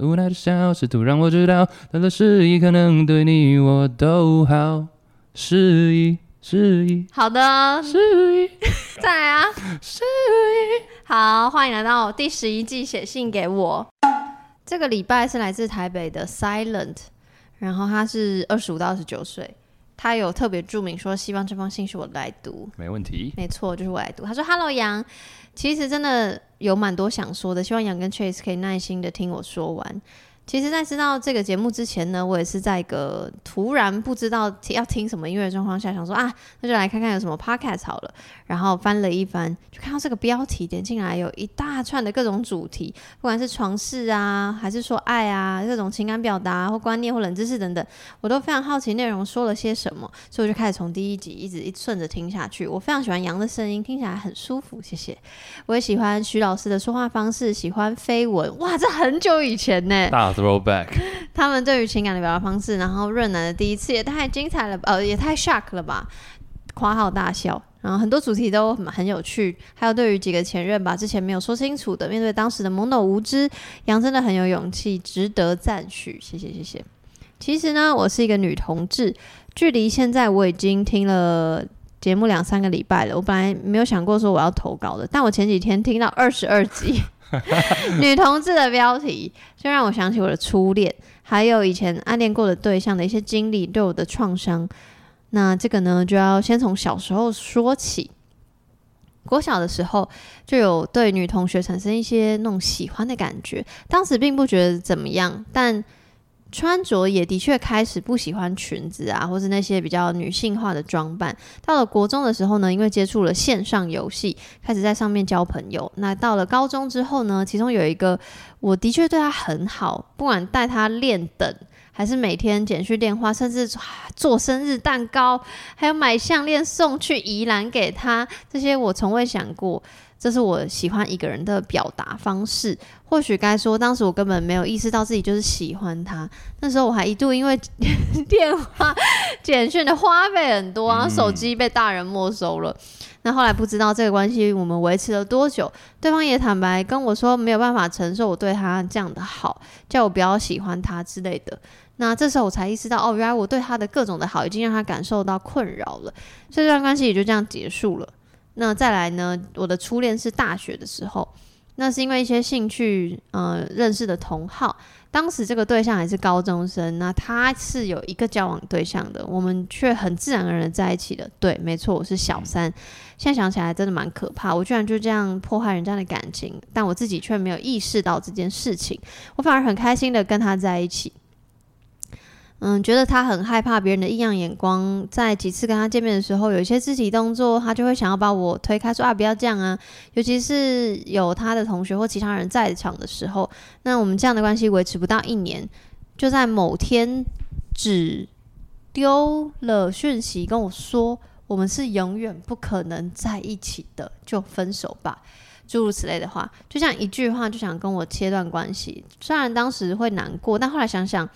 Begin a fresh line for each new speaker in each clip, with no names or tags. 无奈的笑，试图让我知道，他的示意可能对你我都好。示意，示意，
好的，
示意，
再来啊！
示意。
好，欢迎来到第十一季，写信给我。这个礼拜是来自台北的 Silent，然后他是二十五到二十九岁，他有特别注明说希望这封信是我来读。
没问题。
没错，就是我来读。他说：“Hello 杨，其实真的有蛮多想说的，希望杨跟 Chase 可以耐心的听我说完。其实，在知道这个节目之前呢，我也是在一个突然不知道要听什么音乐的状况下，想说啊，那就来看看有什么 podcast 好了。然后翻了一翻，就看到这个标题，点进来有一大串的各种主题，不管是床事啊，还是说爱啊，各种情感表达啊或观念或冷知识等等，我都非常好奇内容说了些什么，所以我就开始从第一集一直一顺着听下去。我非常喜欢羊的声音，听起来很舒服，谢谢。我也喜欢徐老师的说话方式，喜欢绯闻，哇，这很久以前呢。
大 throwback，
他们对于情感的表达方式，然后润南的第一次也太精彩了吧，呃，也太 shock 了吧，夸号大笑。然后很多主题都很很有趣，还有对于几个前任吧，之前没有说清楚的，面对当时的懵懂无知，杨真的很有勇气，值得赞许。谢谢谢谢。其实呢，我是一个女同志，距离现在我已经听了节目两三个礼拜了。我本来没有想过说我要投稿的，但我前几天听到二十二集 女同志的标题，就让我想起我的初恋，还有以前暗恋过的对象的一些经历对我的创伤。那这个呢，就要先从小时候说起。国小的时候就有对女同学产生一些那种喜欢的感觉，当时并不觉得怎么样，但穿着也的确开始不喜欢裙子啊，或是那些比较女性化的装扮。到了国中的时候呢，因为接触了线上游戏，开始在上面交朋友。那到了高中之后呢，其中有一个我的确对他很好，不管带他练等，还是每天简讯电话，甚至做生日蛋糕，还有买项链送去宜兰给他，这些我从未想过。这是我喜欢一个人的表达方式，或许该说，当时我根本没有意识到自己就是喜欢他。那时候我还一度因为 电话、简讯的花费很多啊，然后手机被大人没收了。那后来不知道这个关系我们维持了多久，对方也坦白跟我说没有办法承受我对他这样的好，叫我不要喜欢他之类的。那这时候我才意识到，哦，原来我对他的各种的好已经让他感受到困扰了，所以这段关系也就这样结束了。那再来呢，我的初恋是大学的时候，那是因为一些兴趣，呃，认识的同好。当时这个对象还是高中生，那他是有一个交往对象的，我们却很自然而然地在一起的。对，没错，我是小三。现在想起来真的蛮可怕，我居然就这样破坏人家的感情，但我自己却没有意识到这件事情，我反而很开心的跟他在一起。嗯，觉得他很害怕别人的异样眼光，在几次跟他见面的时候，有一些肢体动作，他就会想要把我推开，说啊不要这样啊。尤其是有他的同学或其他人在场的时候，那我们这样的关系维持不到一年，就在某天只丢了讯息跟我说，我们是永远不可能在一起的，就分手吧。诸如此类的话，就像一句话就想跟我切断关系。虽然当时会难过，但后来想想，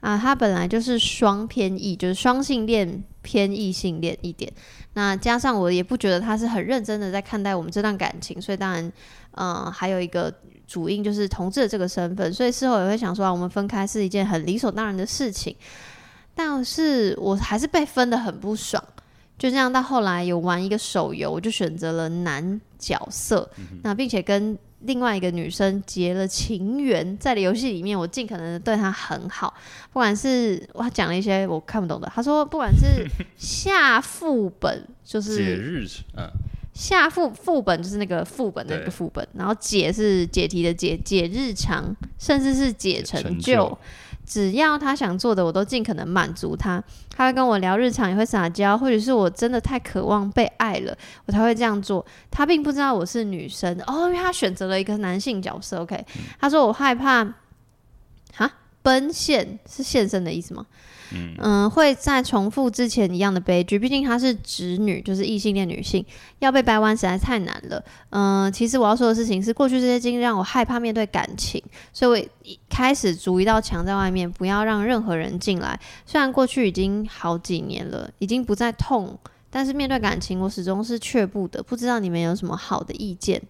啊，他本来就是双偏异，就是双性恋偏异性恋一点。那加上我也不觉得他是很认真的在看待我们这段感情，所以当然，呃，还有一个主因就是同志的这个身份，所以事后也会想说啊，我们分开是一件很理所当然的事情。但是我还是被分的很不爽。就这样，到后来有玩一个手游，我就选择了男角色，那并且跟另外一个女生结了情缘，在游戏里面，我尽可能的对她很好，不管是我讲了一些我看不懂的，他说不管是 下副本，就
节
是
日，嗯，
下副副本就是那个副本的那
对
个副本，然后解是解题的解，解日常，甚至是解成
成
就
就。
只要他想做的，我都尽可能满足他。他会跟我聊日常，也会撒娇，或者是我真的太渴望被爱了，我才会这样做。他并不知道我是女生哦，因为他选择了一个男性角色。OK，他
嗯
说我害怕，哈，奔现是现身的意思吗？嗯、会在重复之前一样的悲剧。毕竟她是直女，就是异性恋女性，要被掰弯实在太难了。嗯、其实我要说的事情是，过去这些经历让我害怕面对感情，所以我一开始筑一道墙在外面，不要让任何人进来。虽然过去已经好几年了，已经不再痛，但是面对感情，我始终是却步的。不知道你们有什么好的意见？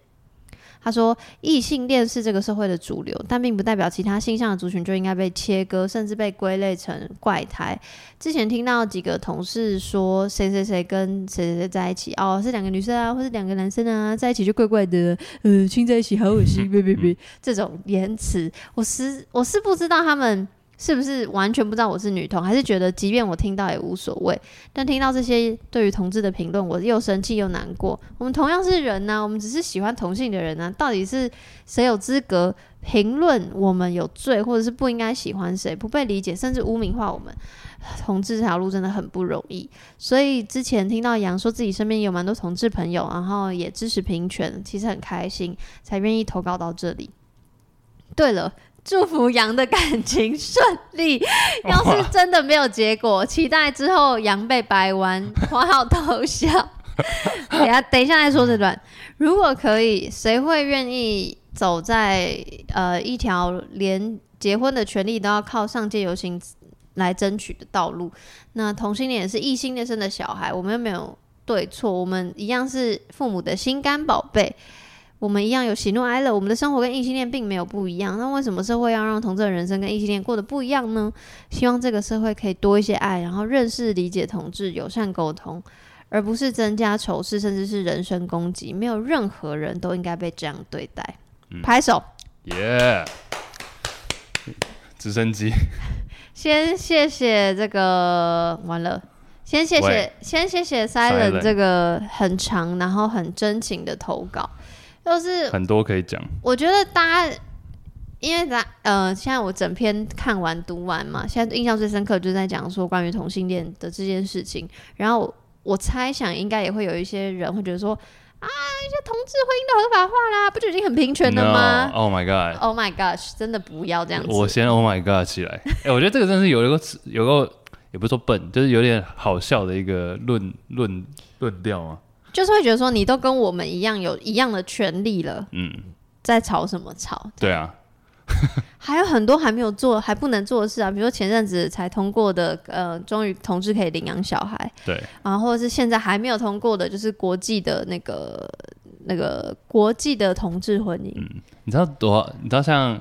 他说，异性恋是这个社会的主流，但并不代表其他性向的族群就应该被切割，甚至被归类成怪胎。之前听到几个同事说，谁谁谁跟谁谁谁在一起，哦，是两个女生啊，或是两个男生啊，在一起就怪怪的，呃，亲在一起好恶心，别别别，这种言辞，我是我是不知道他们。是不是完全不知道我是女同，还是觉得即便我听到也无所谓？但听到这些对于同志的评论，我又生气又难过。我们同样是人啊呐、我们只是喜欢同性的人呐、啊到底是谁有资格评论我们有罪，或者是不应该喜欢谁，不被理解，甚至污名化我们？同志这条路真的很不容易，所以之前听到杨说自己身边有蛮多同志朋友，然后也支持平权，其实很开心，才愿意投稿到这里。对了，祝福杨的感情顺利。要是真的没有结果，期待之后羊被掰弯，花好偷笑。 等一下等一下再说这段。如果可以，谁会愿意走在呃一条连结婚的权利都要靠上街游行来争取的道路？那同性恋也是异性恋生的小孩，我们又没有对错，我们一样是父母的心肝宝贝。我们一样有喜怒哀乐，我们的生活跟异性恋并没有不一样。那为什么社会要让同志的人生跟异性恋过得不一样呢？希望这个社会可以多一些爱，然后认识、理解同志，友善沟通，而不是增加仇视，甚至是人身攻击。没有任何人都应该被这样对待。拍手，
耶！直升机，
先谢谢这个完了。先谢谢
喂，
先谢谢
Silent
Silent 这个很长，然后很真情的投稿，就是
很多可以讲。
我觉得大家，因为咱呃，现在我整篇看完读完嘛，现在印象最深刻就是在讲说关于同性恋的这件事情。然后我我猜想应该也会有一些人会觉得说啊，一些同志婚姻都合法化啦，不就已经很平权了吗
No,？Oh my god！
Oh my gosh！真的不要这样子。
我先 Oh my god 起来。哎、我觉得这个真的是有一个有个也不是说笨，就是有点好笑的一个论论论调啊。
就是会觉得说，你都跟我们一样有一样的权利了，
嗯，
在吵什么吵？
对啊，
还有很多还没有做、还不能做的事啊，比如说前阵子才通过的，呃，终于同志可以领养小孩，
对，
然后或者是现在还没有通过的，就是国际的那个那个国际的同志婚姻，
你知道多？你知道像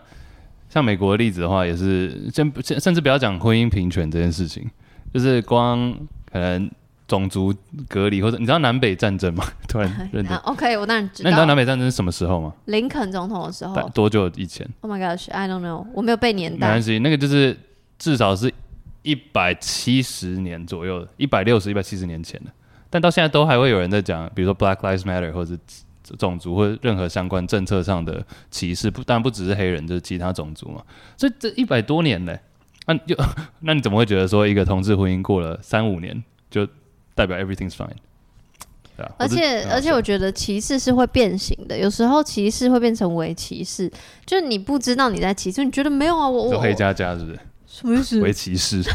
像美国的例子的话，也是先不先甚至不要讲婚姻平权这件事情，就是光可能种族隔离，或者你知道南北战争吗？突然认真
啊。OK，我当然知
那你知道
道哦
南。北战争是什么时候吗？
林肯总统的时候
大多久以前？
，Oh my gosh，I don't know，我没有背年
没
代
关。系，那个就是至少是一百七十年左右，一百六十、一百七十年前的，但到现在都还会有人在讲，比如说 Black Lives Matter 或者是种族或者任何相关政策上的歧视，不，当然不只是黑人，就是其他种族嘛。所以这一百多年嘞，那、你就那你怎么会觉得说一个同志婚姻过了三五年就代表 everything's fine？对啊，
而且而且，我觉得歧视是会变形的，有时候歧视会变成为歧视，就是你不知道你在歧视，你觉得没有啊，我
我
我
说黑加加是不是？
什么意思
为歧 视。This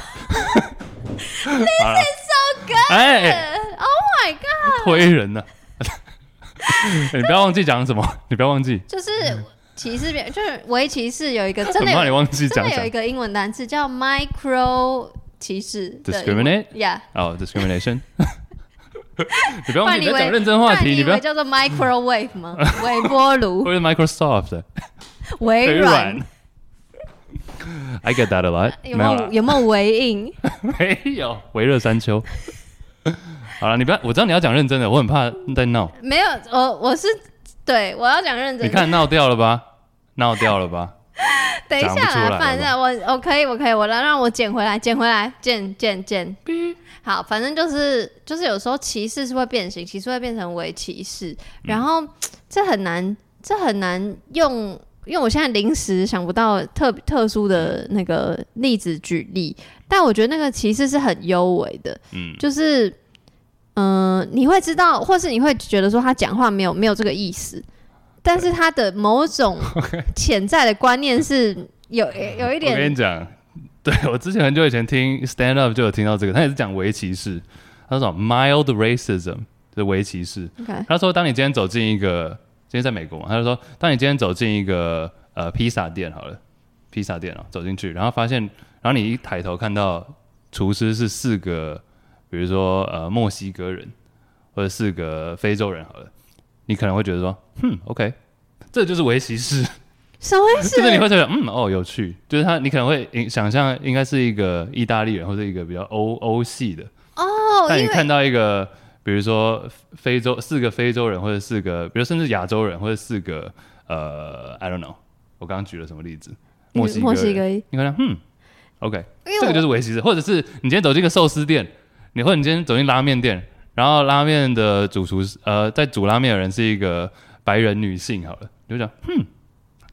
is so good. 哎
Oh my god！
推人呢、 你不要忘记讲什么，你不要忘记，
就是歧视别人，就是围歧视有一个真
很
的
啊怕你
有
忘记
真
讲
的有
讲
一。个英文单词叫 micro 歧视的英文
Discriminate？
Yeah。
哦、d i s c r i m i n a t i o n 你不要
不
忘
然
记，不要
你以为
讲认真话
那
题，
你
你
以
不要
为。叫做 microwave 吗？ 微波炉
或，者 Microsoft
微软。
，I get that a lot，
有
没
没
有啦
有有没有回应？
没有，微热山丘。好了，你不要，我知道你要讲认真的，我很怕在闹。
没有，我我是对我要讲认真。
你看闹掉了吧？闹掉了 吧？
等一下
讲不出来
啦，
了
反正我我可以，我可以，我让让我捡回来，捡回来，捡捡捡。好，反正就是就是有时候歧视是会变形，歧视会变成为歧
嗯
视，然后、这很难，这很难用。因为我现在临时想不到特特殊的那个例子举例，但我觉得那个歧视是很优美的，
嗯，
就是，嗯、你会知道，或是你会觉得说他讲话没有没有这个意思，但是他的 某种潜在的观念是有有一
我跟你
点，
讲，对我之前很久以前听 stand up 就有听到这个，他也是讲围歧视，他说什么 mild racism 就是围歧视。
OK，
他说，当你今天走进一个，今天在美国嘛，他就说，当你今天走进一个呃披萨店好了，披萨店啊，走进去，然后发现，然后你一抬头看到厨师是四个，比如说呃墨西哥人或者四个非洲人好了，你可能会觉得说，哼，OK，这就是围棋式，
什么意思？
就是你会觉得嗯哦有趣，就是他你可能会嗯想象应该是一个意大利人或者一个比较欧欧系的，
哦，
但你
因为
看到一个，比如说非洲四个非洲人，或者四个，比如甚至亚洲人，或者四个呃，I don't know，我刚刚举了什么例子？墨西
嗯
哥
墨西哥
人，
裔，
你可能嗯，OK，
因为
这个
我
就是围棋式，或者是你今天走进一个寿司店，你或者你今天走进拉面店，然后拉面的主厨是呃，在煮拉面的人是一个白人女性，好了，你就讲嗯，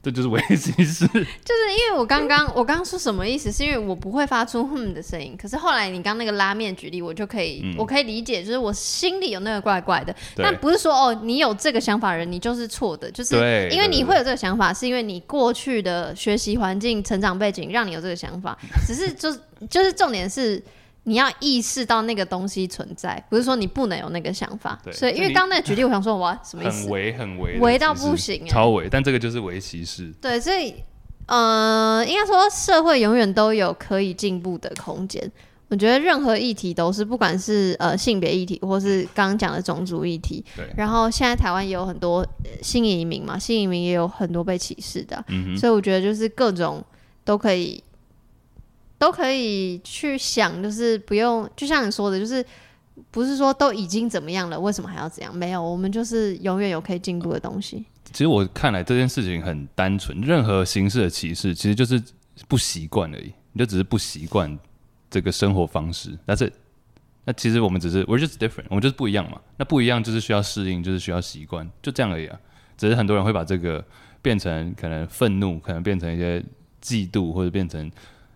这就是围棋式，
就是因为我刚刚我刚刚说什么意思，是因为我不会发出哼的声音，可是后来你刚那个拉面举例，我就可以、我可以理解，就是我心里有那个怪怪的，
嗯对
但不是说哦，你有这个想法的人，你就是错的，就是
对
因为你
对
会有这个想法，是因为你过去的学习环境、成长背景让你有这个想法，只是就是 就是重点是。你要意识到那个东西存在，不是说你不能有那个想法。
对
所以，因为
就你
刚刚那个举例，我想说，哇，什么意思
很？围很围的，
围到
其实
不行欸
超围，但这个就是围棋式，
对，所以呃，应该说社会永远都有可以进步的空间。我觉得任何议题都是，不管是呃性别议题，或是刚刚讲的种族议题。
对
然后现在台湾也有很多呃新移民嘛，新移民也有很多被歧视的啊、
嗯哼。
所以我觉得就是各种都可以，都可以去想，就是不用，就像你说的，就是不是说都已经怎么样了，为什么还要怎样？没有，我们就是永远有可以进步的东西。
其实我看来这件事情很单纯，任何形式的歧视其实就是不习惯而已，你就只是不习惯这个生活方式。但是，那其实我们只是 we're just different，我们就是不一样嘛。那不一样就是需要适应，就是需要习惯，就这样而已啊。只是很多人会把这个变成可能愤怒，可能变成一些嫉妒，或者变成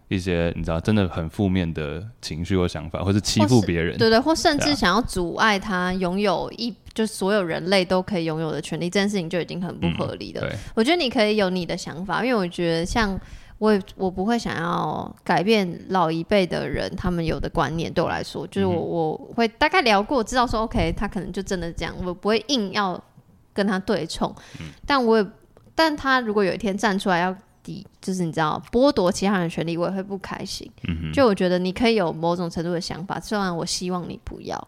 一些你知道真的很负面的情绪或想法，或是欺
或
负
是
别人。
对对，或甚
对
至
啊
想要阻碍他拥有一，就所有人类都可以拥有的权利，这件事情就已经很不
嗯
合理了。
对，
我觉得你可以有你的想法，因为我觉得像我也，我不会想要改变老一辈的人他们有的观念。对我来说，就是我、我会大概聊过，知道说 OK，他可能就真的这样，我不会硬要跟他对冲。但我也，但他如果有一天站出来要抵，就是你知道剥夺其他人的权利，我也会不开心。就我觉得你可以有某种程度的想法，虽然我希望你不要。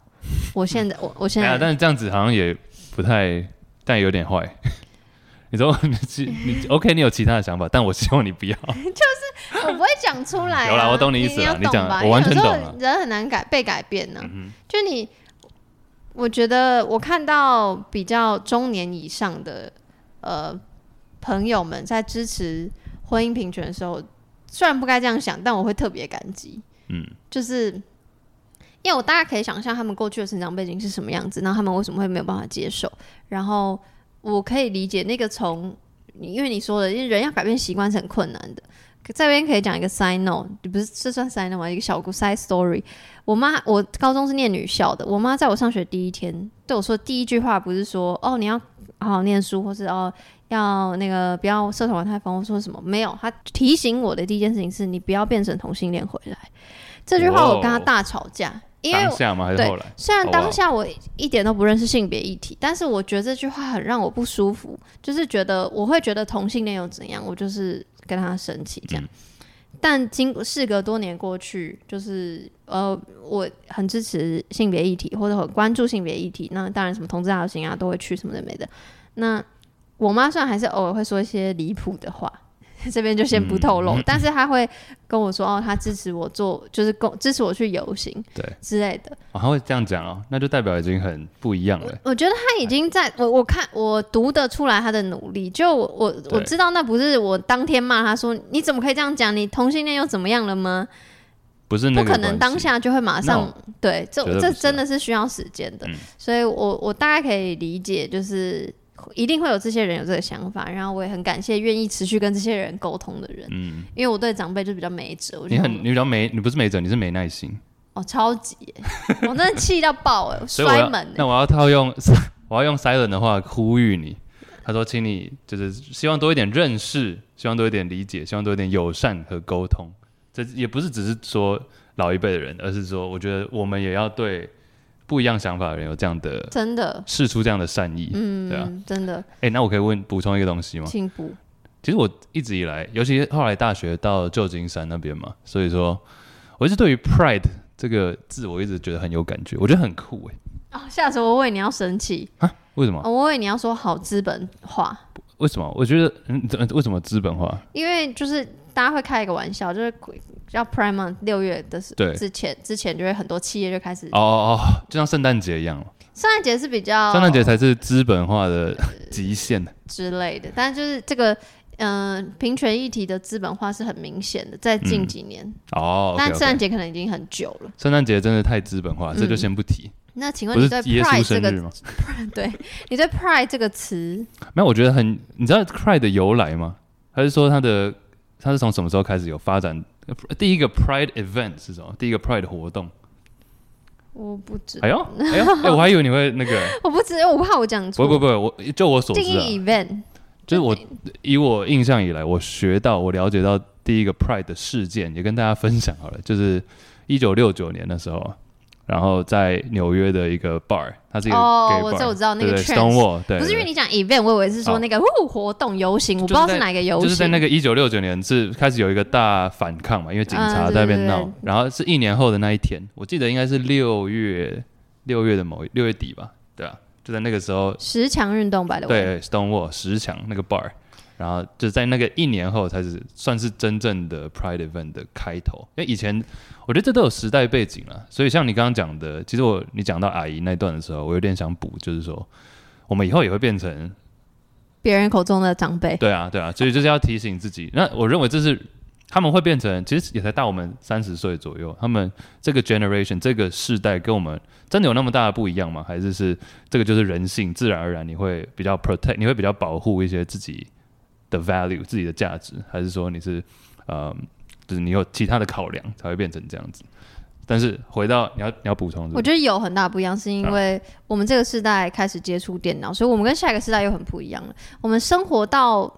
我现在，我我现
哎
在
呀，但是这样子好像也不太，但也有点坏。 你说 你其你 OK，你有其他的想法，但我希望你不要。
我不会讲出来、啊。
有啦我懂你意思
你
啦
要
你讲
吧
我完全
因为有时
懂
候
啊嗯
人很难改被改变呢、就你，我觉得我看到比较中年以上的呃朋友们在支持婚姻平权的时候，虽然不该这样想，但我会特别感激。
嗯，
就是因为我大概可以想象他们过去的成长背景是什么样子，然后他们为什么会没有办法接受，然后我可以理解那个从，因为你说的，因为人要改变习惯是很困难的。可这边可以讲一个 side note，不是这算 side note 吗？一个小故 side story。我妈，我高中是念女校的，我妈在我上学第一天对我说的第一句话不是说哦你要好好念书，或是哦要那个不要社团玩太疯，或说什么没有，她提醒我的第一件事情是你不要变成同性恋回来。这句话我跟她
哇哦
大吵架，因为
当下吗？还是
对
后来？
虽然
好不好
当下我一点都不认识性别议题，但是我觉得这句话很让我不舒服，就是觉得我会觉得同性恋又怎样，我就是跟他生气这样。但经过事隔多年过去，就是呃，我很支持性别议题，或者很关注性别议题。那当然，什么同志大游行啊，都会去什么的没的。那我妈虽然还是偶尔会说一些离谱的话， 这边就先不透露，但是她会跟我说，哦，她支持我做，就是跟支持我去游行，
对
之类的。
哦，他会这样讲哦，那就代表已经很不一样了。
我觉得他已经在我我看我读得出来他的努力，就我我我知道那不是我当天骂他说你怎么可以这样讲，你同性恋又怎么样了吗？
不嗯是那
不
个
可能
关
当
系
下就会马上
No
对，这
绝对不是嗯
这真的是需要时间的，所以我我大概可以理解，就是一定会有这些人有这个想法，然后我也很感谢愿意持续跟这些人沟通的人，
嗯，
因为我对长辈就比较没辙，我觉
你
得
很你比较没，你不是没辙，你是没耐心。
哦超级耶，我真的气到爆哎，我
所以我
摔
要
门哎
那我要套用 我要用 silent 的话呼吁你。他说，请你就是希望多一点认识，希望多一点理解，希望多一点友善和沟通。这也不是只是说老一辈的人，而是说我觉得我们也要对不一样想法的人有这样的
真的，
试出这样的善意。
嗯，
对啊
真的
哎、那我可以问补充一个东西吗？
进步。
其实我一直以来，尤其后来大学到旧金山那边嘛，所以说我一直对于 pride 这个字，我一直觉得很有感觉，我觉得很酷哎、
哦，下次我为你要生气，
为什么？
哦、我为你要说好资本化，
为什么？我觉得，嗯，怎么为什么资本化？
因为就是大家会开一个玩笑，就是要 Prime Month 六月的时
对
之前之前就会很多企业就开始
哦，哦哦，就像圣诞节一样，
圣诞节是比较
圣诞节才是资本化的
呃
极限。
之类的，但就是这个嗯、呃平权议题的资本化是很明显的，在近几年，
哦，
但
OK，OK
圣诞节可能已经很久了。
圣诞节真的太资本化，
嗯
这就先不提。
那请问
不
你
是
对
耶稣
Pride 这
生日
个
吗？
对你对 Pride 这个词
没有，我觉得很，你知道 Cry 的由来吗？还是说它的它是从什么时候开始有发展？呃第一个 Pride event 是什么？第一个 Pride 活动？
我不知
哎呦，哎呦，哎我还以为你会那个，
我不知我怕我讲 错。
不不不，我就我所
定
知啊，
义 event
就是我以我印象以来，我学到我了解到第一个 Pride 的事件，也跟大家分享好了，就是一九六九年的时候啊，然后在纽约的一个 bar，它是一个 gay
哦
bar，
我知道我知道那个
对对
trans
Stonewall，对，
不是
对
因为你讲 event，我以为是说
哦
那个哦活动游行，我不知道是哪个游行，
就是在那个一九六九年是开始有一个大反抗嘛，因为警察
嗯
在那边闹，
对对对
然后是一年后的那一天，我记得应该是六月六月的某一六月底吧，对啊，就在那个时候，
十强运动吧的，
对 Stonewall 十强那个 bar，然后就在那个一年后才是算是真正的 Pride event 的开头，因为以前我觉得这都有时代背景了，所以像你刚刚讲的，其实我你讲到阿姨那段的时候，我有点想补，就是说我们以后也会变成
别人口中的长辈，
对啊，对啊，所以就是要提醒自己。那我认为这是他们会变成，其实也才大我们三十岁左右。他们这个 generation 这个世代跟我们真的有那么大的不一样吗？还是是这个就是人性，自然而然你会比较 protect，你会比较保护一些自己的 value、自己的价值，还是说你是呃，就是你有其他的考量才会变成这样子？但是回到你要你要补充是不
我
是，
觉得有很大不一样，是
啊
因为我们这个时代开始接触电脑，所以我们跟下一个时代又很不一样了。我们生活到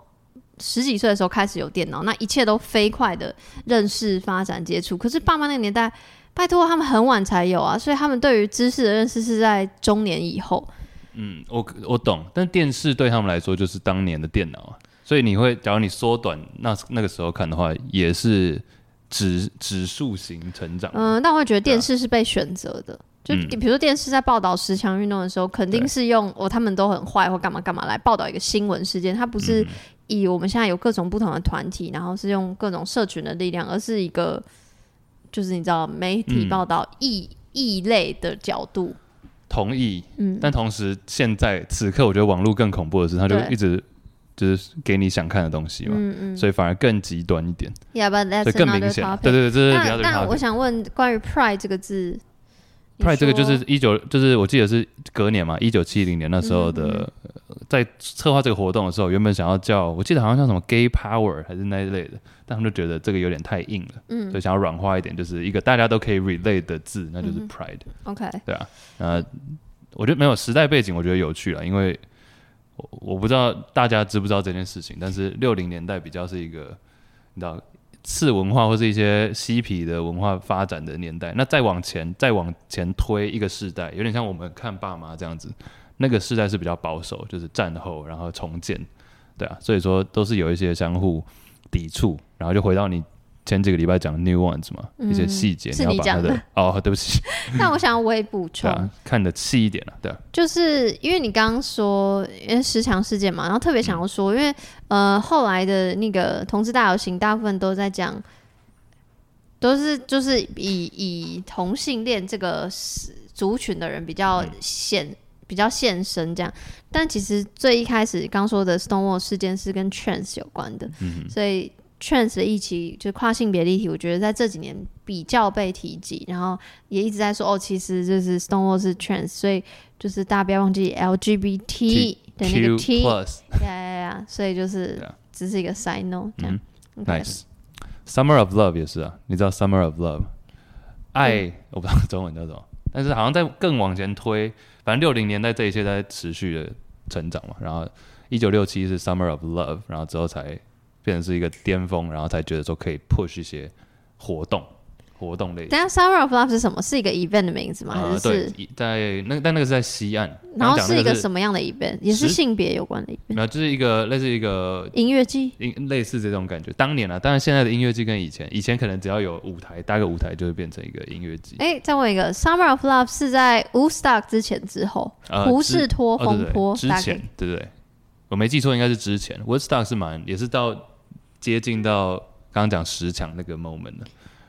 十几岁的时候开始有电脑，那一切都飞快的认识、发展、接触。可是爸妈那个年代，拜托他们很晚才有啊，所以他们对于知识的认识是在中年以后。
嗯，我我懂，但电视对他们来说就是当年的电脑啊，所以你会，假如你缩短那那个时候看的话，也是指指数型成长。
嗯，但我会觉得电视是被选择的。就
啊嗯
比如说电视在报道十强运动的时候，肯定
对
是用哦他们都很坏或干嘛干嘛来报道一个新闻事件，它不
嗯
是以我们现在有各种不同的团体，然后是用各种社群的力量，而是一个就是你知道媒体
嗯
报道异异类的角度。
同意，
嗯，
但同时现在此刻，我觉得网络更恐怖的是，它就
对
一直就是给你想看的东西嘛，
嗯嗯
所以反而更极端一点，
，Yeah, but that's
所以更明
another
显。对
topic.
对对，这是比较
那
对
那
topic
我想问关于 pride 这个字
Pride 这个就
你
是
说
一九，就是我记得是隔年嘛，一九七零年那时候
嗯
的，呃在策划这个活动的时候，原本想要叫，我记得好像叫什么 Gay Power 还是那一类的，但他们就觉得这个有点太硬了，
嗯
所以想要软化一点，就是一个大家都可以 relate 的字，那就是
嗯
Pride，、
OK，
对啊，呃，我觉得没有时代背景，我觉得有趣了，因为我我不知道大家知不知道这件事情，但是六零年代比较是一个，你知道。次文化或是一些嬉皮的文化发展的年代，那再往前，再往前推一个世代，有点像我们看爸妈这样子，那个世代是比较保守，就是战后然后重建，对啊，所以说都是有一些相互抵触，然后就回到你前几个礼拜讲的 new ones 嘛，一些细节
嗯是
要
你
把它
讲
的哦，对不起，
那我想我也补充
对，啊，看得细一点了、啊，对啊，
就是因为你刚刚说因为十强事件嘛，然后特别想要说，因为呃后来的那个同志大游行，大部分都在讲，都是就是以以同性恋这个族群的人比较现、比较现身这样，但其实最一开始刚说的 Stonewall 事件是跟 trans 有关的，所以 trans 的议题就是跨性别的议题，我觉得在这几年比较被提及，然后也一直在说哦，其实就是 Stonewall 是 trans，所以就是大家不要忘记 LGBT 的那个
Q
T，呀
plus
呀呀，所以就是
对啊
只是一个 side note 这样。
嗯
OK
nice。Summer of Love 也是啊，你知道 Summer of Love，爱、我不知道中文叫什么，但是好像在更往前推，反正六零年代这一切在持续的成长嘛。然后一九六七是 Summer of Love，然后之后才变成是一个巅峰，然后才觉得说可以 push 一些活动活动类型。
等一下 Summer of Love 是什么？是一个 event 的名字吗？还
呃，
是
对
是？，
一在那但那个是在西岸，
然后
刚刚讲
是
那
一
个
个什么样的 event？也是
十
性别有关的 event？
没有，就是一个类似一个
音乐季？
音类似这种感觉。当年啊，当然现在的音乐季跟以前，以前可能只要有舞台搭个舞台就会变成一个音乐季。
哎、再问一个，Summer of Love 是在 Woodstock 之前之后，
呃
胡
之
士托
哦对
风
对
波
之
大概
前对对对，我没记错应该是之前 Woodstock 是蛮也是到接近到刚刚讲十强那个 moment 的。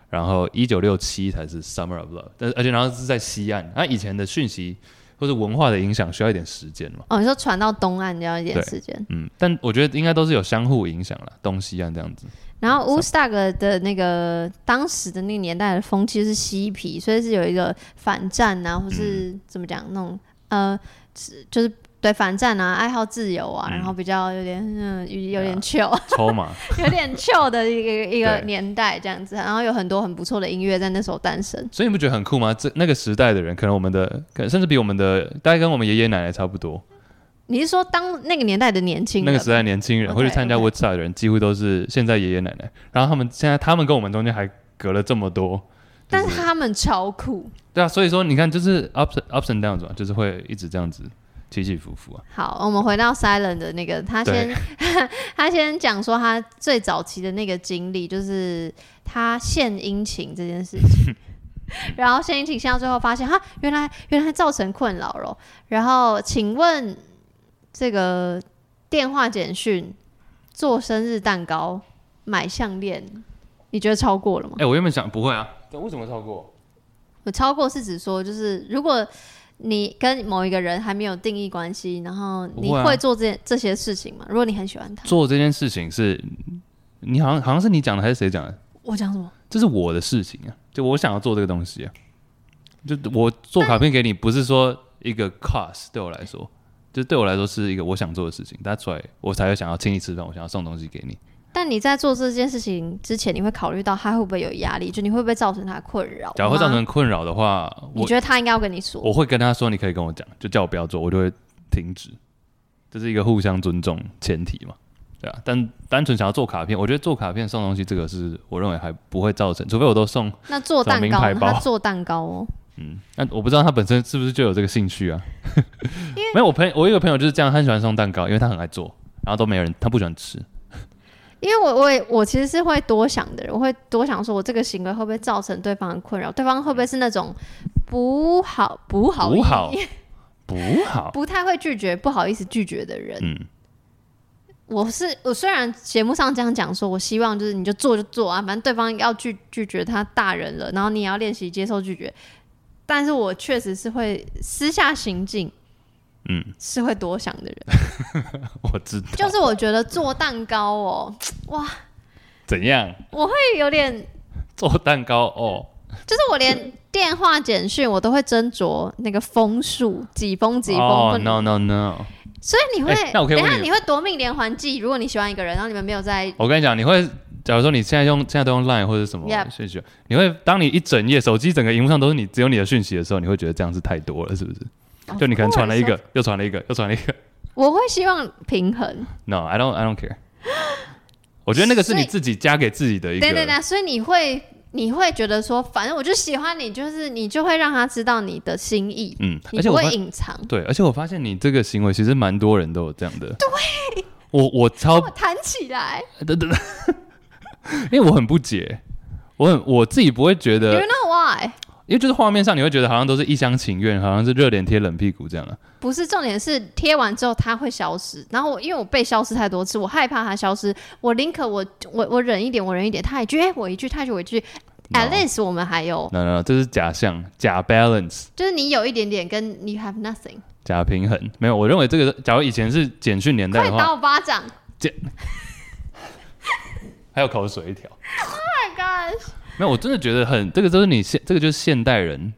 然后一九六七才是 Summer of Love，但是而且然后是在西岸，那、以前的讯息或者文化的影响需要一点时间嘛，
哦，你说传到东岸要一点
对
时间，
嗯，但我觉得应该都是有相互影响了，东西岸这样子，
然后 Woodstock 的那个当时的那个年代的风气是嬉皮，所以是有一个反战啊，或是怎么讲那种呃，是就是对反战啊，爱好自由啊，
嗯
然后比较有点嗯有点
啊
chill，、
抽嘛，
有点 chill 的一个一个
对
年代这样子，然后有很多很不错的音乐在那时候诞生。
所以你不觉得很酷吗？这那个时代的人，可能我们的，可能甚至比我们的，大概跟我们爷爷奶奶差不多，
你是说当那个年代的年轻
那
人
个时代年轻人
OK，
会去参加
OK
Woodstock 的人，几乎都是现在爷爷奶奶。然后他们现在，他们跟我们中间还隔了这么多，
但
就是
他们超酷。
对啊，所以说你看，就是 ups ups and downs 嘛，就是会一直这样子起起伏伏啊。
好，我们回到 Silent 的那个，他先 他先讲说他最早期的那个经历，就是他献殷勤这件事情。然后献殷勤，献到最后发现，哈，原来原来造成困扰了。然后，请问这个电话简讯、做生日蛋糕、买项链，你觉得超过了吗
哎、？我原本想不会啊，为什么超过？
我超过是指说，就是如果你跟某一个人还没有定义关系，然后你
不会啊
会做这、这些事情吗？如果你很喜欢他，
做这件事情是，你好像好像是你讲的还是谁讲的？
我讲什么？
这是我的事情啊，就我想要做这个东西啊，就我做卡片给你，不是说一个 cost 对我来说，就对我来说是一个我想做的事情，That's why 我才会想要请你吃饭，我想要送东西给你。
但你在做这件事情之前，你会考虑到他会不会有压力，就你会不会造成他的困扰？
假如会造成，困扰的话，
你
我
觉得他应该要跟你说？
我会跟他说，你可以跟我讲，就叫我不要做，我就会停止。这是一个互相尊重前提嘛，对啊。但单纯想要做卡片，我觉得做卡片送东西这个是我认为还不会造成，除非我都送，
那做蛋
名
糕
牌
呢，
包
他做蛋糕哦，
那我不知道他本身是不是就有这个兴趣啊。 没有，我朋友我有一个朋友就是这样，他很喜欢送蛋糕，因为他很爱做，然后都没有人，他不喜欢吃。
因为我我也我其实是会多想的人，我会多想说我这个行为会不会造成对方的困扰？对方会不会是那种不好不好
不
意
好， 不好，
不太会拒绝不好意思拒绝的人？
嗯，
我是我虽然节目上这样讲说，我希望就是你就做就做啊，反正对方要拒拒绝他大人了，然后你也要练习接受拒绝。但是我确实是会私下行径，
嗯，
是会多想的人。
我知道。
就是我觉得做蛋糕哦，
怎样
会有点，
做蛋糕哦？
就是我连电话简讯我都会斟酌那个封数，几封几封。
哦
不能
，no no no。
所以你会，
哎那我可以
等一下
问你
你会夺命连环计。如果你喜欢一个人，然后你们没有在，
我跟你讲，你会，假如说你现在用现在都用 Line 或者什么
Yep
讯息你会当你一整夜手机整个荧幕上都是你只有你的讯息的时候，你会觉得这样是太多了，是不是？就你可能传了一个，又传了一个，又传了一个。
哦我会希望平衡。
No，I don't I don't care 。我觉得那个是
所
你
以
自己加给自己的一个，
对对对，所以你会你会觉得说，反正我就喜欢你，就是你就会让他知道你的心意，
嗯，
你
而且
不
我
会
发
隐藏。
对，而且我发现你这个行为其实蛮多人都有这样的。对，我我超
我哦弹起来，
等等，因为我很不解，我很我自己不会觉
you
得，
know why？
因为就是画面上你会觉得好像都是一厢情愿，好像是热脸贴冷屁股这样啊。
不是重点是贴完之后它会消失，然后我因为我被消失太多次，我害怕它消失，我宁可我我我忍一点，我忍一点，他一句，哎、我一句，他一句，我一句
No
，at least 我们还有，
no no，这是假象、假 balance、
就是你有一点点跟你 have nothing，
假平衡。没有，我认为这个，假如以前是简讯年代
快
的话
打，我巴掌
还有口水一条。
，Oh my god，
没有，我真的觉得很，这个都是你现，这个就是现代人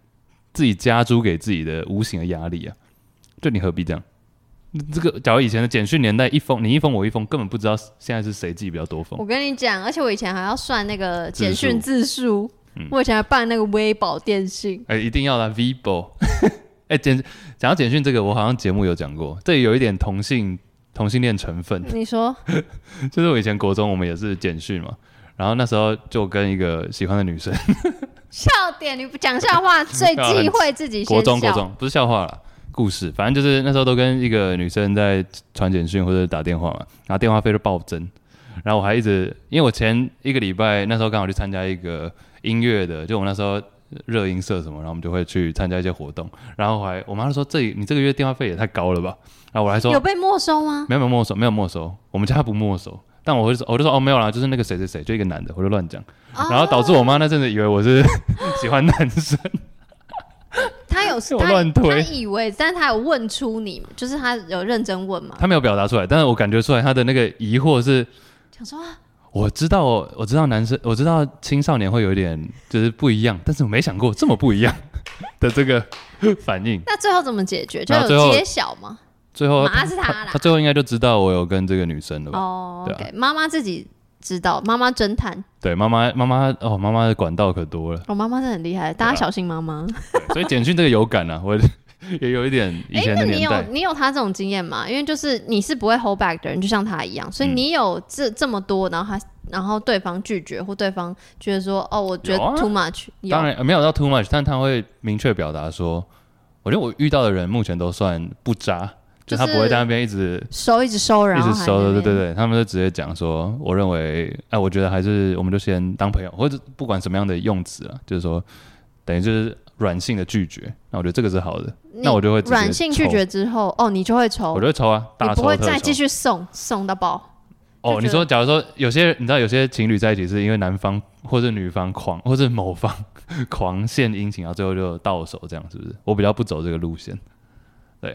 自己加诸给自己的无形的压力啊。就你何必这样？这个假如以前的简讯年代，一封你一封我一封，根本不知道现在是谁寄比较多封
我。跟你讲，而且我以前还要算那个
字
简讯
数嗯
字数，我以前还办那个微保电信。
哎、一定要啦 v i b o 哎、简讲到简讯这个，我好像节目有讲过，这里有一点同性同性恋成分。
你说，
就是我以前国中，我们也是简讯嘛，然后那时候就跟一个喜欢的女生，
笑点，你不讲笑话最忌讳自己先
国
笑。
中国中不是笑话啦，故事，反正就是那时候都跟一个女生在传简讯或者打电话嘛，然后电话费就暴增，然后我还一直，因为我前一个礼拜那时候刚好去参加一个音乐的，就我那时候热音社什么，然后我们就会去参加一些活动。然后我还我妈就说：“这你这个月电话费也太高了吧？”然后我还说：“
有被没收吗？
没有没有没收，没有没收，我们家不没收。但我会说，我就说哦没有啦，就是那个谁谁谁，就一个男的，我就乱讲，然后导致我妈那阵子以为我是喜欢男生，
他 有
我乱推
他，他以为，但他有问出你，就是他有认真问嘛？
她没有表达出来，但是我感觉出来她的那个疑惑是，
想说啊
我知道我我知道男生，我知道青少年会有一点就是不一样，但是我没想过这么不一样的这个反应。
那最后怎么解决？就
然后哦最
有
后
揭晓吗？
最后
妈是她
她
啦
她最后应该就知道我有跟这个女生了吧？
哦、
对
o
啊
k 妈妈自己知道，妈妈侦探，
对，妈妈妈妈哦，妈妈的管道可多了，
我、妈妈是很厉害的，大家
对啊
小心妈妈。
对所以简讯这个有感啊，我 也有一点以
诶
前
那
的
你
年代。
有你有他这种经验吗？因为就是你是不会 hold back 的人，就像他一样，所以
嗯
你有这、这么多，然后他然后对方拒绝或对方觉得说哦，我觉得
有啊
too much，有,、
当然呃没有到 too much，但他会明确表达说，我觉得我遇到的人目前都算不渣，就
就
是他不会在那边一直
收一直收，然
一
后
直收，对对
对，
对，他们就直接讲说，我认为，哎，我觉得还是我们就先当朋友，或者不管什么样的用词啊，就是说，等于就是软性的拒绝，那我觉得这个是好的，
你
那我就会直接
软性拒
抽
绝之后，哦，你就会
我
抽
就，会抽啊，
你
大
不
抽
会
特
再继
抽。
续送送到爆，就
哦，你
觉得
说，假如说有些你知道，有些情侣在一起是因为男方或者女方狂，或者某方 狂献殷勤，然后最后就到手，这样是不是？我比较不走这个路线。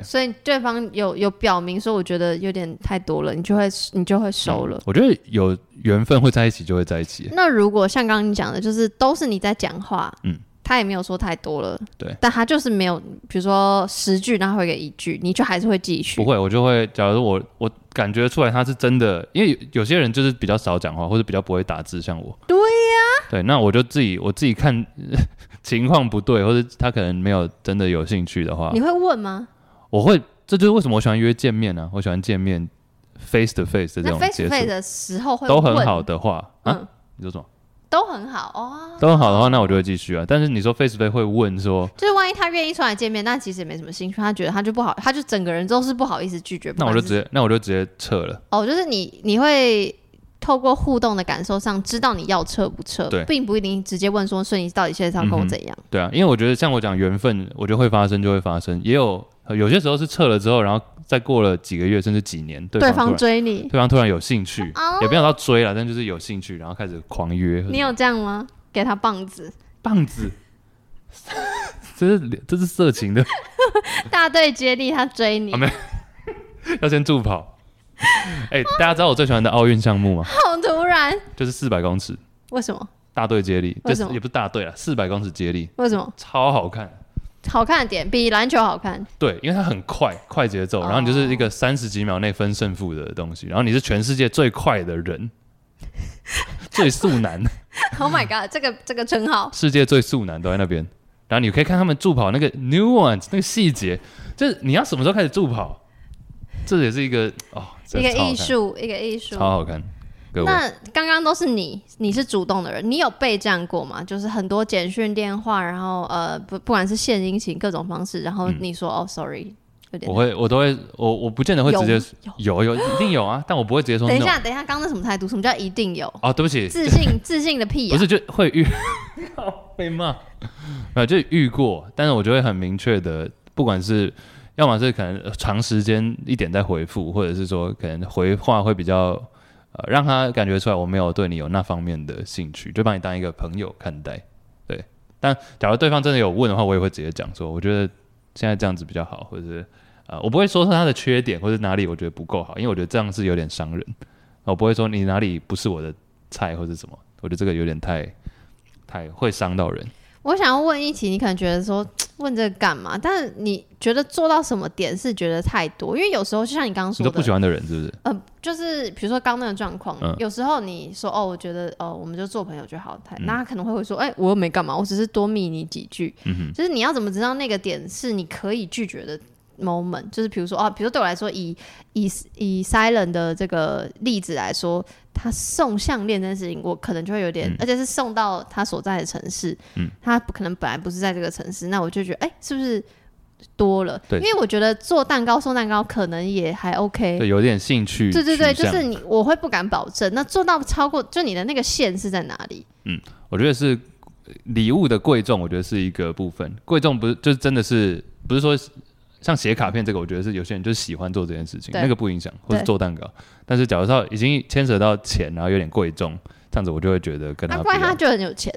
所以对方有有表明说我觉得有点太多了，你就会你就会收了。
我觉得有缘分会在一起就会在一起，啊
那如果像刚刚你讲的，就是都是你在讲话，
嗯
他也没有说太多了，
对，
但他就是没有，比如说十句，然后会给一句，你就还是会继续，
不会，我就会。假如我我感觉出来他是真的，因为有有些人就是比较少讲话，或者比较不会打字，像我。
对
呀、对，那我就自己我自己看 情况不对，或者他可能没有真的有兴趣的话
你，会问吗？
我会。这就是为什么我喜欢约见面呢、我喜欢见面 face to face 的这
那
种
face
接触。
to face 的时候会
都
问
很好，的话啊，
嗯，
你说什么？
都很好哦。
都很好的话，那我就会继续啊。但是你说 face to face 会问说，
就是万一他愿意出来见面，但其实也没什么兴趣，他觉得他就不好，他就整个人都是不好意思拒绝。
那我就
哦不管是
直接，那我就直接撤了。
哦，就是你你会透过互动的感受上知道你要撤不撤
对，
并不一定直接问说，所以你到底现在是要跟我
嗯哼
怎样？
对啊，因为我觉得像我讲缘分，我觉得会发生就会发生，也有呃有些时候是撤了之后，然后再过了几个月甚至几年，对
对
方
方
突然
追你，
对方突然有兴趣，
哦
也没有到追了，但就是有兴趣，然后开始狂约。
你有这样吗？给他棒子，
棒子？ 这是这是色情的，
大队接力，他追你，
啊没要先助跑。哎、大家知道我最喜欢的奥运项目吗？
好突然，
就是四百公尺。
为什么？
大队接力，
为
就
什
是
么
也不是大队啊，四百公尺接力
为什么？
超好看。
好看的点比篮球好看，
对，因为它很快，快节奏，
哦
然后你就是一个三十几秒内分胜负的东西，然后你是全世界最快的 人，最速男，
Oh my god，这个这个称号，
世界最速男都在那边。然后你可以看他们助跑那个 nuance 那个细节，就是你要什么时候开始助跑，这也是一个哦，
一
真
个
的超好
艺
看，
术，一个艺术。
超好看。各位，
那刚刚都是你，你是主动的人，你有被这样过吗？就是很多简讯、电话，然后呃，不不管是献殷勤各种方式，然后你说、哦，sorry，有
嗯
点
我会我都会我我不见得会直接
有
有有一定有啊，但我不会直接说
等一
no
下，等一下，刚刚那什么态度？什么叫一 定有？
哦，对不起，
自信，自信的屁
不
呀、
是就会遇 被骂，没有就遇过，但是我就会很明确的，不管是要么是可能呃长时间一点在回复，或者是说可能回话会比较呃让他感觉出来我没有对你有那方面的兴趣，就把你当一个朋友看待。对，但假如对方真的有问的话，我也会直接讲说，我觉得现在这样子比较好，或者是呃我不会说是他的缺点或者哪里我觉得不够好，因为我觉得这样是有点伤人，我不会说你哪里不是我的菜或者什么，我觉得这个有点太太会伤到人。
我想要问一题，你可能觉得说问这个干嘛？但是你觉得做到什么点是觉得太多？因为有时候就像你刚刚
你
说
都
的，
不喜欢的人是不是？
呃，就是比如说刚那个状况，
嗯
有时候你说哦，我觉得哦，我们就做朋友就好，他那他可能会说，哎、我又没干嘛，我只是多密你几句。
嗯
就是你要怎么知道那个点是你可以拒绝的 moment？就是比如说啊，比如说对我来说，以以以 silent 的这个例子来说，他送项链这件事情，我可能就会有点，而且是送到他所在的城市，
嗯
他可能本来不是在这个城市，那我就觉得，哎、是不是？多了，
对
因为我觉得做蛋糕送蛋糕可能也还 OK，
对，有点兴趣取
对
向。
对对，就是你，我会不敢保证。那做到超过，就你的那个线是在哪里？
我觉得是礼物的贵重，我觉得是一个部分。贵重不是就是真的是不是说像写卡片这个，我觉得是有些人就是喜欢做这件事情，
对
那个不影响，或是
对
做蛋糕。但是假如说已经牵扯到钱，然后有点贵重，这样子我就会觉得跟
那、
他不
万一
一
啊他
样。
就很有钱，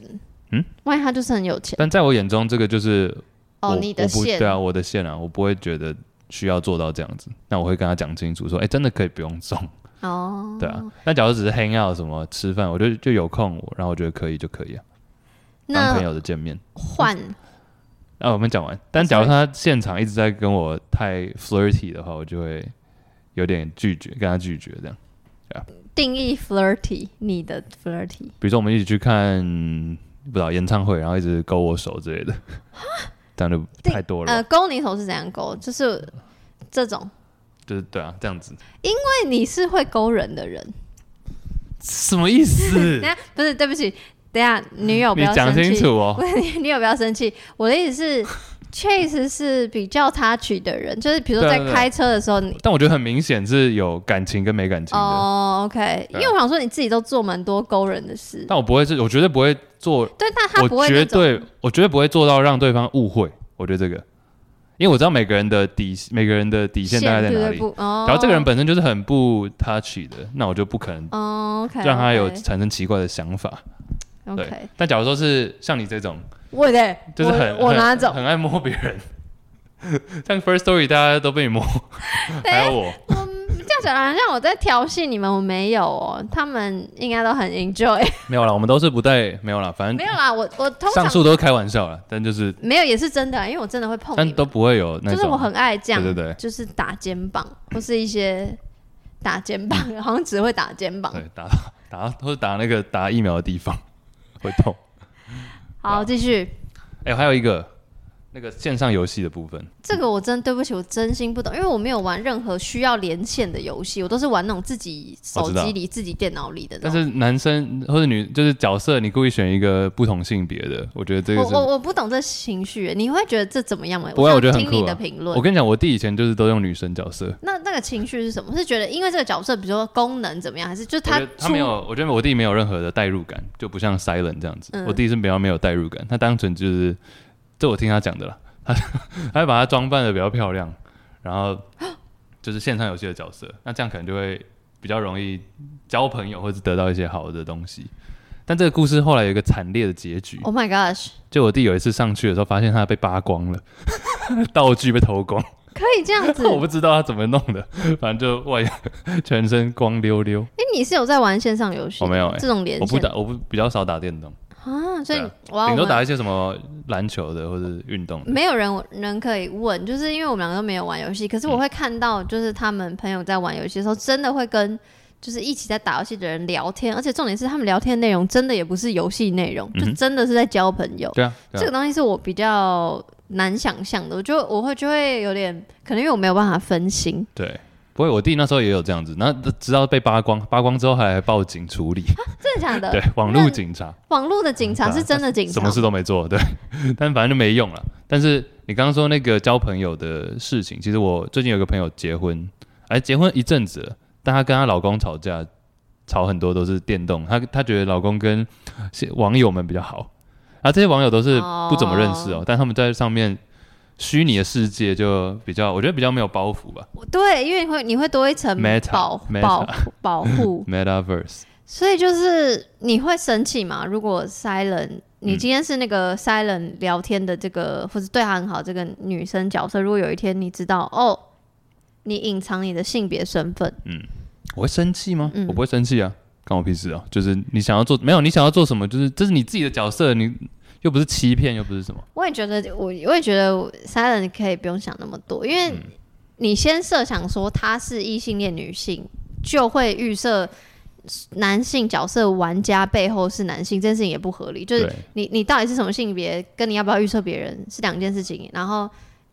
嗯，
万一他就是很有钱，
但在我眼中，这个就是
哦，
我
你的
我不
线，
对啊，我的线啊，我不会觉得需要做到这样子。那我会跟他讲清楚，说，哎、真的可以不用送，
哦，
对啊。那假如只是 hang out 什么吃饭，我就就有空，我然后我觉得可以就可以啊，当朋
那
友的见面。
换
那、我们讲完，但假如他现场一直在跟我太 flirty 的话，我就会有点拒绝，跟他拒绝这样。
定义 flirty，你的 flirty
比如说我们一起去看不知道演唱会，然后一直勾我手之类的，这样就太多了吧，
呃，勾你手是怎样勾？就是这种，呃
就是对啊，这样子
因为你是会勾人的人。
什么意思
等一？下不是，对不起，等一下女友不
你
要
讲
生
清
气，
楚哦。
女友不要生气。我的意思是，Chase 是比较他取的人，就是比如说
对
在
对对
开车的时候你。
但我觉得很明显是有感情跟没感情的。
哦、o k 因
对啊
为我想说你自己都做蛮多勾人的事，
但我不会是，我绝对不会做，
对，但他不
我
会
绝
那种
对，我绝对不会做到让对方误会。我觉得这个，因为我知道每个人的底，每个人的底线大概在
对
哪
对
里。
不，哦，
然后这个人本身就是很不 touchy 的，那我就不可能
哦，OK，
让他有产生奇怪的想法。对
OK，，
但假如说是像你这种，
我的
就是很
我我
很
拿走，
很爱摸别人，像 First Story 大家都被你 摸，还有
哎
我，
这样讲好像我在调戏你们，我没有哦，他们应该都 很 enjoy，
没有啦，我们都是不带没有啦，反
没
正
有啦，我我通
上
常
述都是开玩笑啦，但就是
没有也是真的，因为我真的会碰
但
你
都
们，
不会有那
就
种，
是我很爱这样，
对对对
就是打肩膀或是一些打肩膀， 好像只会打肩膀。
嗯对打打或者打那个打疫苗的地方 会痛。
好，继续，
哎、还有一个那个线上游戏的部分，
这个我真对不起，我真心不懂，因为我没有玩任何需要连线的游戏，我都是玩那种自己手机里、自己电脑里的那
但
种。
是男生或者女就是角色，你故意选一个不同性别的，我觉得这个
我
是。
我我不懂这情绪，欸你会觉得这怎么样吗？
不会
想
我觉得很
听你
酷啊
的评论
我。跟你讲，我弟以前就是都用女生角色，
那那个情绪是什么？是觉得因为这个角色，比如说功能怎么样，还是就
我觉
他
得他
出
没有，我觉得我弟没有任何的代入感，就不像 Silent 这样子。
嗯
我弟是比较没有代入感，他单纯就是，这我听他讲的啦，他 他会把他装扮的比较漂亮，然后 就是线上游戏的角色，那这样可能就会比较容易交朋友，或是得到一些好的东西。但这个故事后来有一个惨烈的结局，
？Oh my gosh，
就我弟有一次上去的时候，发现他被扒光了， 道具被偷光，
可以这样 子？
我不知道他怎么弄的，反正就外全身光溜溜。
哎，你是有在玩线上游戏的？
我没有哎
这种连
我不
线
打，我不比较少打电动，
啊，所以
对啊
哇，
顶
我
多
们
打一些什么篮球的或者运动的。
没有人人可以问，就是因为我们两个都没有玩游戏，可是我
嗯
会看到，就是他们朋友在玩游戏的时候，真的会跟就是一起在打游戏的人聊天，而且重点是他们聊天内容真的也不是游戏内容，
嗯
就
哼
真的是在交朋友。
对啊，对
这
啊
个东西是我比较难想象的，我就我会就会有点，可能因为我没有办法分心，
对。不过我弟那时候也有这样子，然后直到被扒光，扒光之后还报警处理，
真的假的？
对，网络警察，
网络的警察是真的警察，
什么事都没做，对， 但反正就没用了。但是你刚刚说那个交朋友的事情，其实我最近有个朋友结婚，哎，结婚一阵子了，但她跟她老公吵架，吵很多都是电动，她她觉得老公跟网友们比较好，然后这些网友都是不怎么认识哦，但他们在上面虚拟的世界就比较，我觉得比较没有包袱吧
对，因为会你会多一层
Meta，
保
Meta
保保护，
，Metaverse。
所以就是你会生气吗？如果 Silent，你今天是那个 Silent 聊天的这个，或者对他很好这个女生角色，如果有一天你知道哦，你隐藏你的性别身份，
我会生气吗？
嗯
我不会生气啊，关我屁事啊！就是你想要做没有，你想要做什么，就是这是你自己的角色，你又不是欺骗，又不是什么。
我也觉得我我也觉得 Silent 可以不用想那么多，因为你先设想说她是异性恋女性，就会预设。男性角色玩家背后是男性，这件事情也不合理。就是
对
你你到底是什么性别，跟你要不要预测别人是两件事情。然后，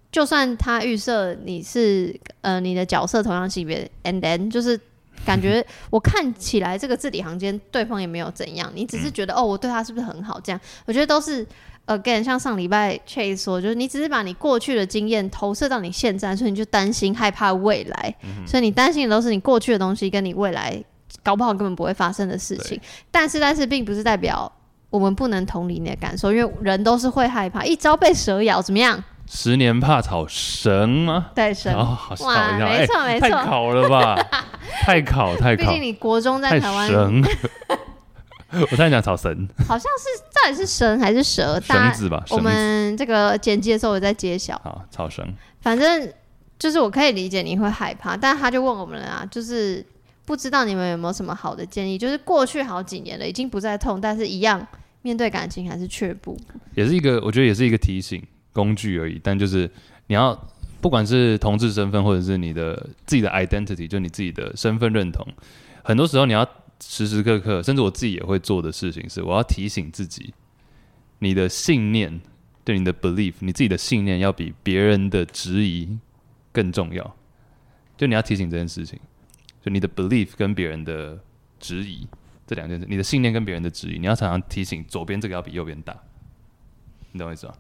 就算他预设你是呃你的角色同样性别，and then 就是感觉我看起来这个字里行间对方也没有怎样，你只是觉得、哦我对他是不是很好这样？我觉得都是 again 像上礼拜 Chase 说，就是你只是把你过去的经验投射到你现在，所以你就担心害怕未来，所以你担心的都是你过去的东西跟你未来搞不好根本不会发生的事情。但是但是并不是代表我们不能同理你的感受，因为人都是会害怕，一朝被蛇咬怎么样？
十年怕草绳吗？
对，蛇。
哦，好吓
哇
我一跳，
没错
哎
没错
太考了吧， 太考太
毕
考
竟，你国中在
太
台湾，
绳。 我在讲草绳
好像是到底是神还是蛇？
绳
大家
子吧，绳
我
子。
们这个剪辑的时候我再揭晓。
好，草绳。
哦反正就是我可以理解你会害怕，但他就问我们了啊，就是不知道你们有没有什么好的建议？就是过去好几年了，已经不再痛，但是一样面对感情还是却步。
也是一个，我觉得也是一个提醒工具而已。但就是你要，不管是同志身份，或者是你的自己的 identity，就你自己的身份认同，很多时候你要时时刻刻，甚至我自己也会做的事情是，我要提醒自己，你的信念对你的 belief，你自己的信念要比别人的质疑更重要。就你要提醒这件事情，就你的 belief 跟别人的质疑这两件事，你的信念跟别人的质疑，你要常常提醒左边这个要比右边大。你懂我意思吗？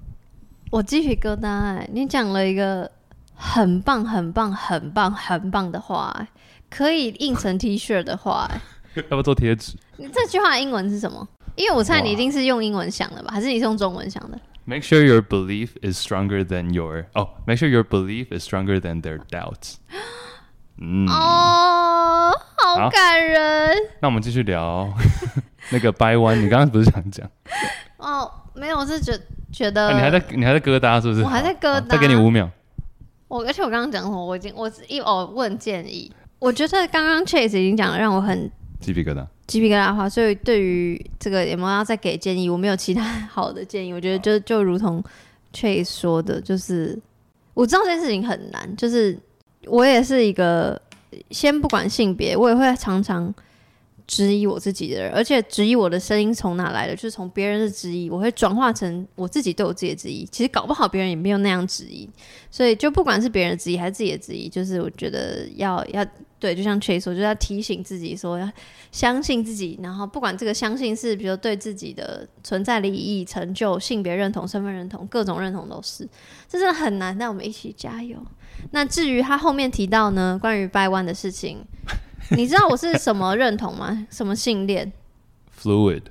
我鸡皮疙瘩、哎！你讲了一个很棒、很棒、很棒、很棒的话、哎可以印成 T 恤的话、哎
要不要做贴纸
你这句话的英文是什么？因为我猜你一定是用英文想的吧，还是你是用中文想的？
？Make sure your belief is stronger than your 哦、m a k e sure your belief is stronger than their doubts。嗯，
哦，好
好
感人。
那我们继续聊 那个掰弯。你刚刚不是想讲？
哦，没有，我是觉觉得、
啊你还在你还在疙瘩是不是？
我还在
好
疙
好
瘩
再给你五秒。
我，而且我刚刚讲什么？我已经我一哦问建议，我觉得刚刚 Chase 已经讲了，让我很
鸡皮疙瘩。
鸡皮疙瘩的话，所以对于这个有没有要再给建议，我没有其他好的建议。我觉得就就如同 Chase 说的，就是我知道这件事情很难，就是我也是一个先不管性别，我也会常常质疑我自己的人，而且质疑我的声音从哪来的，就是从别人的质疑，我会转化成我自己对我自己的质疑。其实搞不好别人也没有那样质疑，所以就不管是别人的质疑还是自己的质疑，就是我觉得要要对，就像 Chase 说，就是要提醒自己说要相信自己，然后不管这个相信是，比如对自己的存在的意义、成就、性别认同、身份认同、各种认同都是，这真的很难。那我们一起加油。那至于他后面提到呢，关于掰弯的事情，你知道我是什么认同吗？什么性恋
Fluid，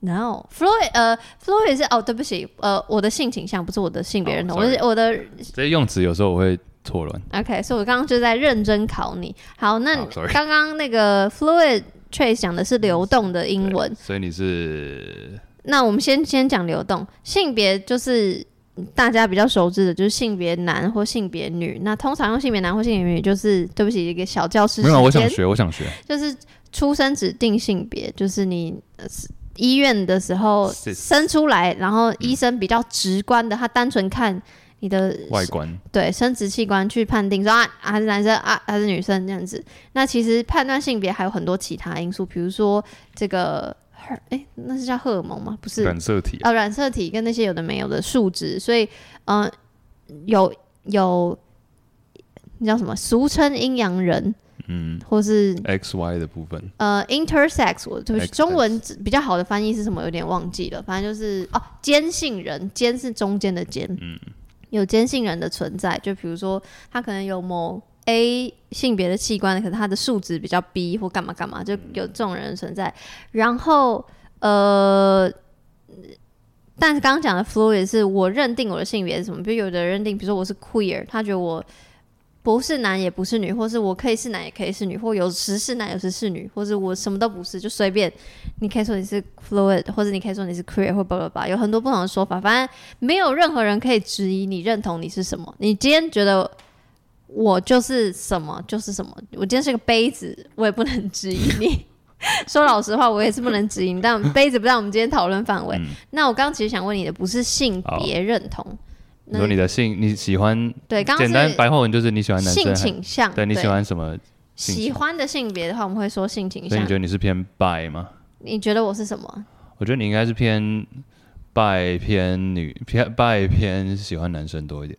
？No，Floyd，呃，Floyd 是哦，对不起，呃，我的性倾向不是我的性别认同，
哦
我是
，sorry
我的
这些用词有时候我会错乱。
OK，所以我刚刚就在认真考你。好，那
好，sorry
刚刚那个 fluid trace 讲的是流动的英文
对，所以你是
那我们先先讲流动性别，就是大家比较熟知的，就是性别男或性别女。那通常用性别男或性别女，就是对不起，一个小教室
没有啊？我
时
想
间
学，我想学。
就是出生指定性别，就是你呃是医院的时候
是
生出来，然后医生比较直观的，他单纯看你的
外观
对生殖器官去判定说啊啊是男生啊还是女生这样子。那其实判断性别还有很多其他因素，比如说这个荷哎、那是叫荷尔蒙吗？不是
染色体啊，
哦，染色体跟那些有的没有的数值，所以嗯、呃有有那叫什么俗称阴阳人，
嗯
或是
，X Y 的部分。
呃 intersex，我对不起
Intersex
中文比较好的翻译是什么？有点忘记了，反正就是哦，坚信人，坚是中间的坚，
嗯
有坚信人的存在，就比如说他可能有某 A 性别的器官，可是他的数值比较 B 或干嘛干嘛，就有这种人的存在。然后呃。但是刚刚讲的 fluid 是我认定我的性别是什么，比如有的人认定，比如说我是 queer，他觉得我不是男也不是女，或是我可以是男也可以是女，或有时是男有时是女，或者我什么都不是，就随便。你可以说你是 fluid，或者你可以说你是 queer 或 blah blah blah，有很多不同的说法。反正没有任何人可以质疑你认同你是什么。你今天觉得我就是什么就是什么，我今天是个杯子，我也不能质疑你。 说老实话，我也是不能质疑你，但杯子不在我们今天讨论范围。
嗯
那我刚刚其实想问你的不是性别认同，
你说你的性，你喜欢
对，刚
嗯简单
刚
白话文就是你喜欢
是
男生
性
还，
倾向，
对你喜欢什么性倾
喜欢的性别的话，我们会说性倾
所以
向
你觉。得你是偏 bi 吗？
你觉得我是什么？
我觉得你应该是偏 bi 偏女偏 bi 偏喜欢男生多一点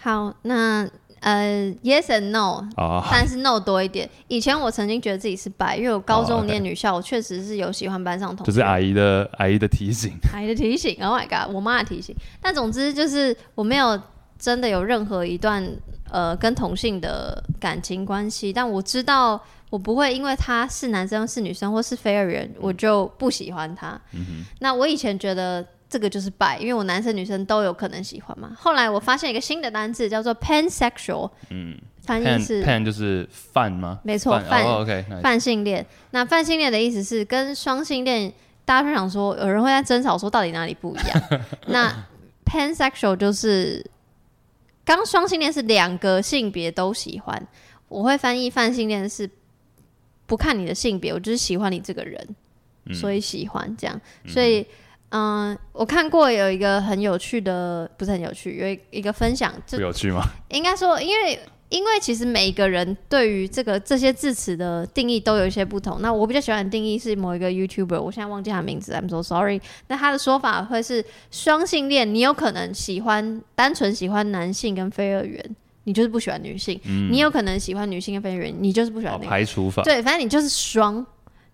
好，那呃，yes and no，
啊。
但是 no 多一点。以前我曾经觉得自己是白，因为我高
哦
中
，OK
念女校，我确实是有喜欢班上同学，
就是阿姨的阿姨的提醒，
阿姨的提醒，Oh my god，我妈的提醒。但总之就是我没有真的有任何一段呃跟同性的感情关系，但我知道我不会因为他是男生是女生或是非二元，我就不喜欢他。那我以前觉得这个就是拜，因为我男生女生都有可能喜欢嘛。后来我发现一个新的单字叫做 pansexual，嗯，翻译
pan
是
pan 就是饭吗？
没错
饭。
饭
哦，OK，那
泛性恋。那泛性恋的意思是跟双性恋，大家就想说，有人会在争吵说到底哪里不一样。那 pansexual 就是，刚双性恋是两个性别都喜欢，我会翻译泛性恋是不看你的性别，我就是喜欢你这个人，所以喜欢这样。所以，嗯、我看过有一个很有趣的，不是很有趣，有一一个分享，就
不有趣吗？
应该说，因为因为其实每一个人对于这个这些字词的定义都有一些不同。那我比较喜欢的定义是某一个 YouTuber，我现在忘记他名字，I'm so sorry。那他的说法会是双性恋，你有可能喜欢单纯喜欢男性跟非二元，你就是不喜欢女性；你有可能喜欢女性跟非二元，你就是不喜欢
哦，
女性。
排除法。
对，反正你就是双。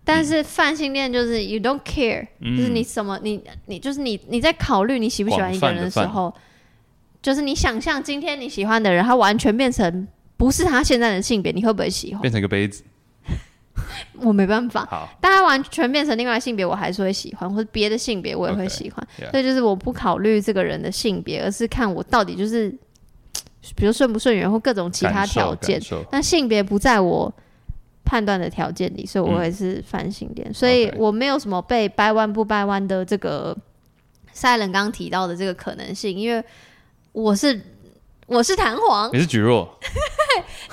但是泛性恋就是
嗯
you don't care，、就是你什么你你就是你你在考虑你喜不喜欢一个人时候，就是你想象今天你喜欢的人，他完全变成不是他现在的性别，你会不会喜欢？
变成一个杯子，
我没办法，
好，
但他完全变成另外性别，我还是会喜欢，或者别的性别我也会
OK，
喜欢。
yeah
所以就是我不考虑这个人的性别，而是看我到底就是，比如顺不顺眼或各种其他
感受
条件
感。受
但性别不在我判断的条件里，所以我也是反性恋，所以
嗯 OK
我没有什么被掰弯不掰弯的这个赛伦刚提到的这个可能性，因为我是我是弹簧，
你是举弱，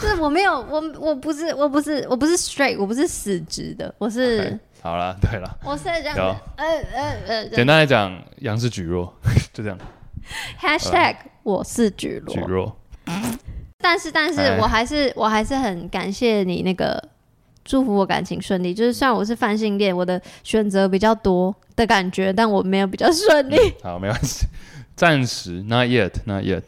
就是我没有我我不是我不是我不是 straight，我不是死直的，我是
OK，好啦，对啦，
我是这样
有
的，呃呃呃这
简
样
单来讲，杨是举弱， 就这样，
，#hashtag
呃
我是举
举
罗，
弱，
但是但是
哎
我还是我还是很感谢你那个祝福我感情顺利。就是虽然我是泛性恋，我的选择比较多的感觉，但我没有比较顺利。
好，没关系，暂时，not yet，not yet，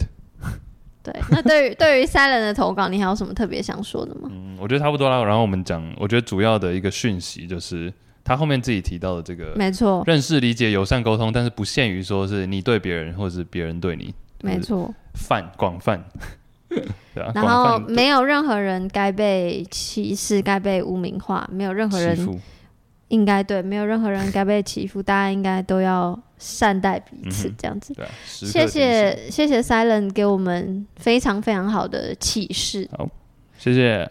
对，那对于对于 Silent 的投稿，你还有什么特别想说的吗？
嗯，我觉得差不多啦。然后我们讲，我觉得主要的一个讯息就是他后面自己提到的这个
没错，
认识、理解、友善沟通，但是不限于说是你对别人，或者是别人对你，
没错。
泛广泛， 对啊，
然
广
后
泛地
没有任何人该被歧视、该被污名化，没有任何
欺
人
负，
应该对，没有任何人该被欺负，大家应该都要善待彼此
嗯哼，
这样子。
对啊，时刻
谢
提醒，
谢谢谢 Silent 给我们非常非常好的启示。
谢谢。